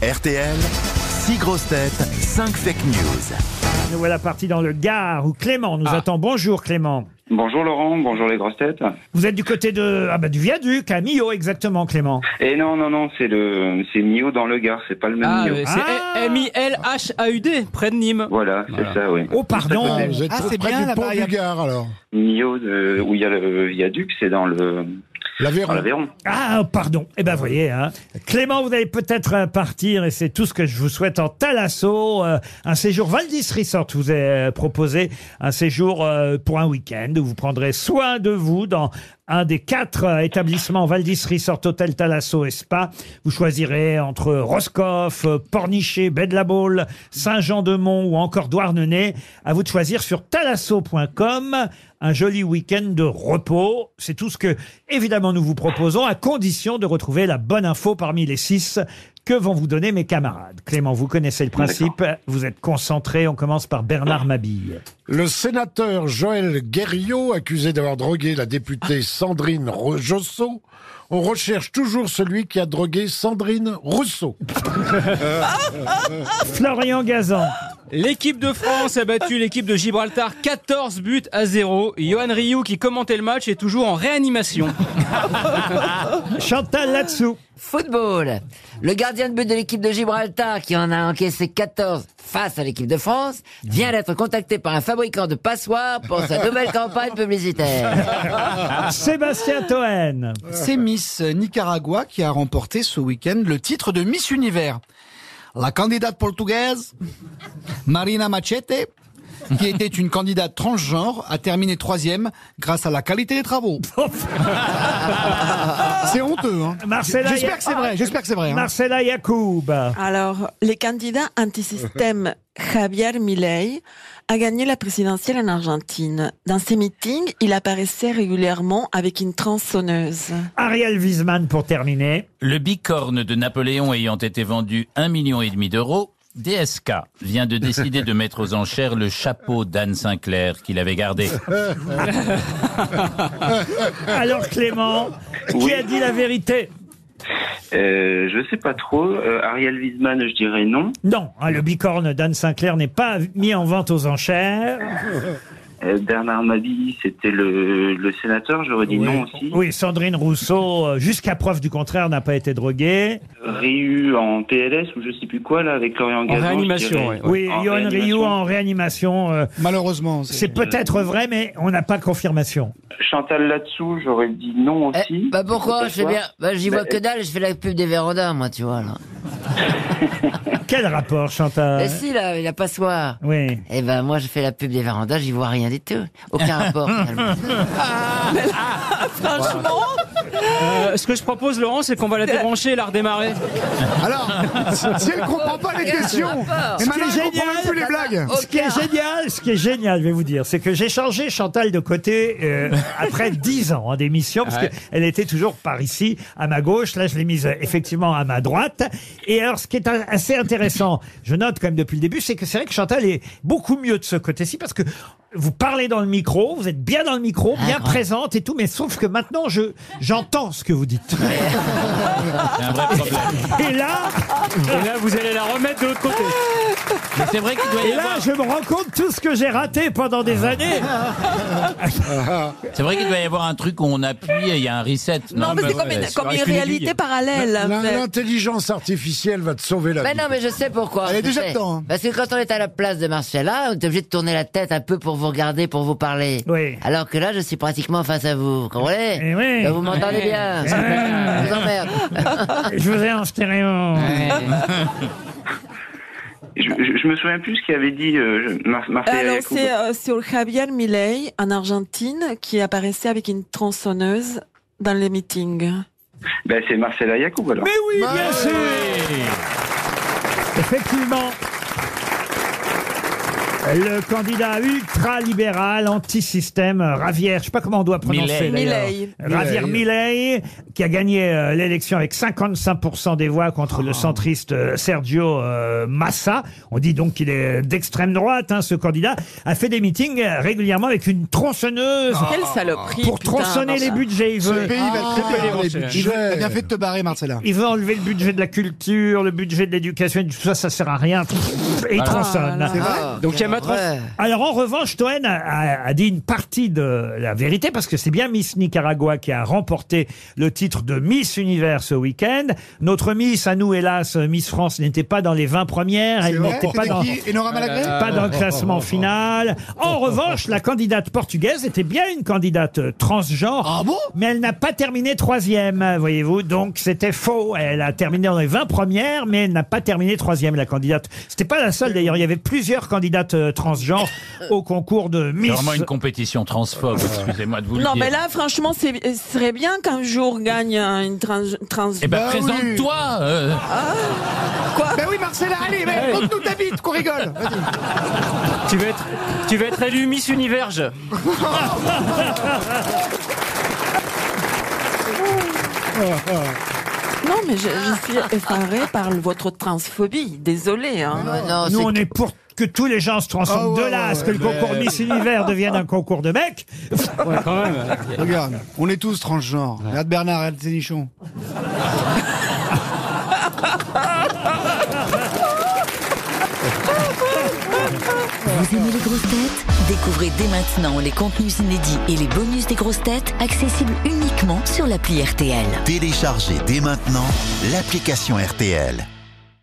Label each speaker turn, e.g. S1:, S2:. S1: RTL, 6 grosses têtes, 5 fake news.
S2: Nous voilà partis dans le Gard où Clément nous attend. Bonjour Clément.
S3: Bonjour Laurent, bonjour les grosses têtes.
S2: Vous êtes du côté de ah bah, du viaduc à Millau exactement Clément.
S3: Et Eh non, non, non, c'est le, c'est Mio dans le Gard, c'est pas le même
S4: Ah,
S3: Mio.
S4: mais c'est
S2: Ah.
S4: M- M-I-L-H-A-U-D, près de Nîmes.
S3: Voilà, c'est ça, oui.
S2: Oh pardon.
S5: Ah, vous êtes
S6: Ah,
S5: trop
S6: c'est
S5: près
S6: bien,
S5: du
S6: là-bas,
S5: pont
S6: y a-
S5: du Gard, alors.
S3: Mio de, où il y a le viaduc, c'est dans le, dans
S5: L'Aveyron.
S3: l'Aveyron.
S2: Ah pardon. Eh ben voyez hein. Clément vous allez peut-être euh, partir et c'est tout ce que je vous souhaite en Talasso. euh, un séjour Valdis Resort vous est euh, proposé un séjour euh, pour un week-end où vous prendrez soin de vous dans un des quatre euh, établissements Valdis Resort Hôtel Talasso et Spa. Vous choisirez entre Roscoff, euh, Pornichet, Baie-de-la-Baule, Saint-Jean-de-Mont ou encore Douarnenez. À vous de choisir sur talasso.com. Un joli week-end de repos. C'est tout ce que, évidemment, nous vous proposons à condition de retrouver la bonne info parmi les six que vont vous donner mes camarades. Clément, vous connaissez le principe. Vous êtes concentré. On commence par Bernard Mabille.
S5: Le sénateur Joël Guerriot, accusé d'avoir drogué la députée Sandrine Ro- Josso, on recherche toujours celui qui a drogué Sandrine Rousseau.
S2: Florian Gazan.
S4: L'équipe de France a battu l'équipe de Gibraltar 14 buts à 0. Johan Rioux qui commentait le match est toujours en réanimation.
S2: Chantal Latsou.
S7: Football. Le gardien de but de l'équipe de Gibraltar, qui en a encaissé 14 face à l'équipe de France, vient d'être contacté par un fabricant de passoires pour sa nouvelle campagne publicitaire.
S6: Ah.
S2: Sébastien Toen.
S6: C'est Miss Nicaragua qui a remporté ce week-end le titre de Miss Univers. La candidate portugaise, Marina Machete, qui était une candidate transgenre, a terminé troisième grâce à la qualité des travaux. c'est honteux, hein.
S2: Marcella
S6: J'espère que c'est vrai, j'espère que c'est vrai. hein.
S2: Marcella Yacoub.
S8: Alors, le candidat antisystème Javier Milei a gagné la présidentielle en Argentine. Dans ses meetings, il apparaissait régulièrement avec une tronçonneuse.
S2: Ariel Wiesman pour terminer.
S9: Le bicorne de Napoléon ayant été vendu un million et demi d'euros, DSK vient de décider de mettre aux enchères le chapeau d'Anne Sinclair qu'il avait gardé.
S2: Alors Clément, qui
S3: Oui.
S2: a dit la vérité
S3: Euh, je sais pas trop. Euh, Ariel Wiesman, je dirais non.
S2: Non, hein, le bicorne d'Anne Sinclair n'est pas mis en vente aux enchères.
S3: Euh, Bernard Mabille, c'était le, le sénateur, j'aurais dit non aussi.
S2: Oui, Sandrine Rousseau, euh, jusqu'à preuve du contraire, n'a pas été droguée.
S3: Riu en PLS ou je sais plus quoi là avec Florian Gazan. je
S4: réanimation,
S3: dirais.
S4: ouais,
S2: Oui,
S4: ouais.
S2: Johan
S3: En réanimation. euh,
S2: Rioux en réanimation. euh,
S6: Malheureusement. c'est-
S2: c'est peut-être vrai, mais on n'a pas confirmation.
S3: Chantal là-dessous, j'aurais dit non
S6: Ah,
S7: Eh,
S3: aussi.
S7: bah pourquoi Je sais bien. Bah j'y vois
S3: Bah,
S7: que
S6: euh,
S7: dalle, je fais la pub des vérandas, moi, tu vois. Là.
S2: Quel rapport,
S6: Ah
S2: Chantal
S7: Mais si, là, la passoire.
S2: Oui.
S7: Eh ben moi, je fais la pub des vérandas, j'y vois rien du tout. Aucun rapport. finalement.
S4: Euh, ce que je propose, Laurent, c'est qu'on va la débrancher et la redémarrer.
S6: Alors, si elle comprend pas les questions, et maintenant
S2: Ce qui est
S6: elle comprend
S2: génial, Oh,
S6: même plus les blagues.
S2: Ce qui est génial, ce qui est génial, je vais vous dire, c'est que j'ai changé Chantal de côté euh, après 10 ans hein, d'émission, parce qu'elle était toujours par ici, à ma gauche. Là, je l'ai mise euh, effectivement à ma droite. Et alors, ce qui est un- assez intéressant, je note quand même depuis le début, c'est que c'est vrai que Chantal est beaucoup mieux de ce côté-ci, parce que vous parlez dans le micro, vous êtes bien dans le micro, bien présente et tout, mais sauf que maintenant, je j'entends ce que vous dites.
S9: C'est un vrai problème.
S2: Et là,
S4: Et là, vous allez la remettre de l'autre côté.
S9: Mais c'est vrai qu'il doit y
S2: et là,
S9: avoir,
S2: je me rends compte tout ce que j'ai raté pendant des
S4: Ah.
S2: années.
S9: c'est vrai qu'il doit y avoir un truc où on appuie et il y a un reset.
S8: Non, mais c'est
S9: Ouais,
S8: comme une,
S9: ouais.
S8: comme une réalité parallèle. en fait. Euh,
S5: L'intelligence artificielle va te sauver la
S7: Mais
S5: vie.
S7: Ben non, mais je sais pourquoi.
S6: Elle est
S7: je
S6: déjà
S7: sais.
S6: dedans, hein.
S7: Parce que quand on est à la place de Marcella, on est obligé de tourner la tête un peu pour vous regarder, pour vous parler.
S2: Oui.
S7: Alors que là, je suis pratiquement face à vous. Vous comprenez
S2: Eh oui. Eh
S7: Donc Vous m'entendez bien. Je vous emmerde.
S2: Je vous ai en stéréo.
S3: Je, je- je me souviens plus ce qu'il avait dit euh, je- Mar-
S2: Eh,
S3: Marseille
S8: Alors,
S3: Yacoub.
S8: c'est euh, sur Javier Milei en Argentine qui apparaissait avec une tronçonneuse dans les meetings.
S3: Ben, c'est Marcella Yacoub alors.
S2: Mais oui, bien sûr Effectivement. Le candidat ultra-libéral, anti-système, euh, Ravière, je sais pas comment on doit prononcer.
S9: Milei.
S2: d'ailleurs.
S8: Milei.
S2: Ravière Milei, qui a gagné euh, l'élection avec 55% des voix contre
S8: Oh.
S2: le centriste euh, Sergio euh, Massa. On dit donc qu'il est d'extrême droite, hein, ce candidat. A fait des meetings euh, régulièrement avec une tronçonneuse
S8: Quelle saloperie
S2: Ah. pour
S8: Oh. putain,
S2: tronçonner
S8: non,
S2: les
S8: ça-
S2: budgets. Il
S6: Ce
S2: veut,
S6: pays va te couper les
S4: Rochers.
S6: budgets. T'as bien fait de te barrer, Marcella.
S2: il veut enlever le budget de la culture, le budget de l'éducation, et tout ça, ça sert à rien. Et il tronçonne.
S8: Ah là.
S4: Donc, il y a ma
S7: Ouais.
S2: Alors en revanche, Toen a, a- a dit une partie de la vérité parce que c'est bien Miss Nicaragua qui a remporté le titre de Miss Univers ce week-end. Notre Miss, à nous hélas, Miss France n'était pas dans les 20 premières, elle n'était pas
S6: C'était
S2: dans,
S6: qui Euh, Enora Malagré
S2: pas dans le classement final. En revanche, la candidate portugaise était bien une candidate euh, transgenre.
S6: Ah bon
S2: Mais elle n'a pas terminé troisième, euh, voyez-vous, donc c'était faux. Elle a terminé dans les 20 premières, mais elle n'a pas terminé troisième, la candidate. C'était pas la seule d'ailleurs, il y avait plusieurs candidates euh, transgenres au concours de
S9: C'est
S2: Miss.
S9: vraiment une compétition transphobe, excusez-moi de vous le
S8: Non,
S9: dire.
S8: mais là, franchement, c'est- ce serait bien qu'un jour gagne euh, une trans. trans
S9: Eh ben,
S6: Bah oui.
S9: présente-toi euh,
S8: quoi
S6: Ben oui, Marcella, allez, mais compte-nous ta bite, qu'on rigole. Vas-y.
S4: Tu vas être, tu vas être élu Miss Univerge.
S8: Non, mais je, je suis effarée par le- votre transphobie. Désolée. Hein.
S7: Ouais, non,
S2: Nous,
S7: c'est-
S2: on est pour que tous les gens se transforment
S6: Ah ouais,
S2: de là à ce que le concours Miss Univers devienne un concours de mecs.
S4: quand même.
S6: Regarde, on est tous transgenres. Regarde Bernard, regarde Sénichon.
S10: Vous aimez les grosses têtes Découvrez dès maintenant les contenus inédits et les bonus des grosses têtes accessibles uniquement sur l'appli RTL.
S1: Téléchargez dès maintenant l'application RTL.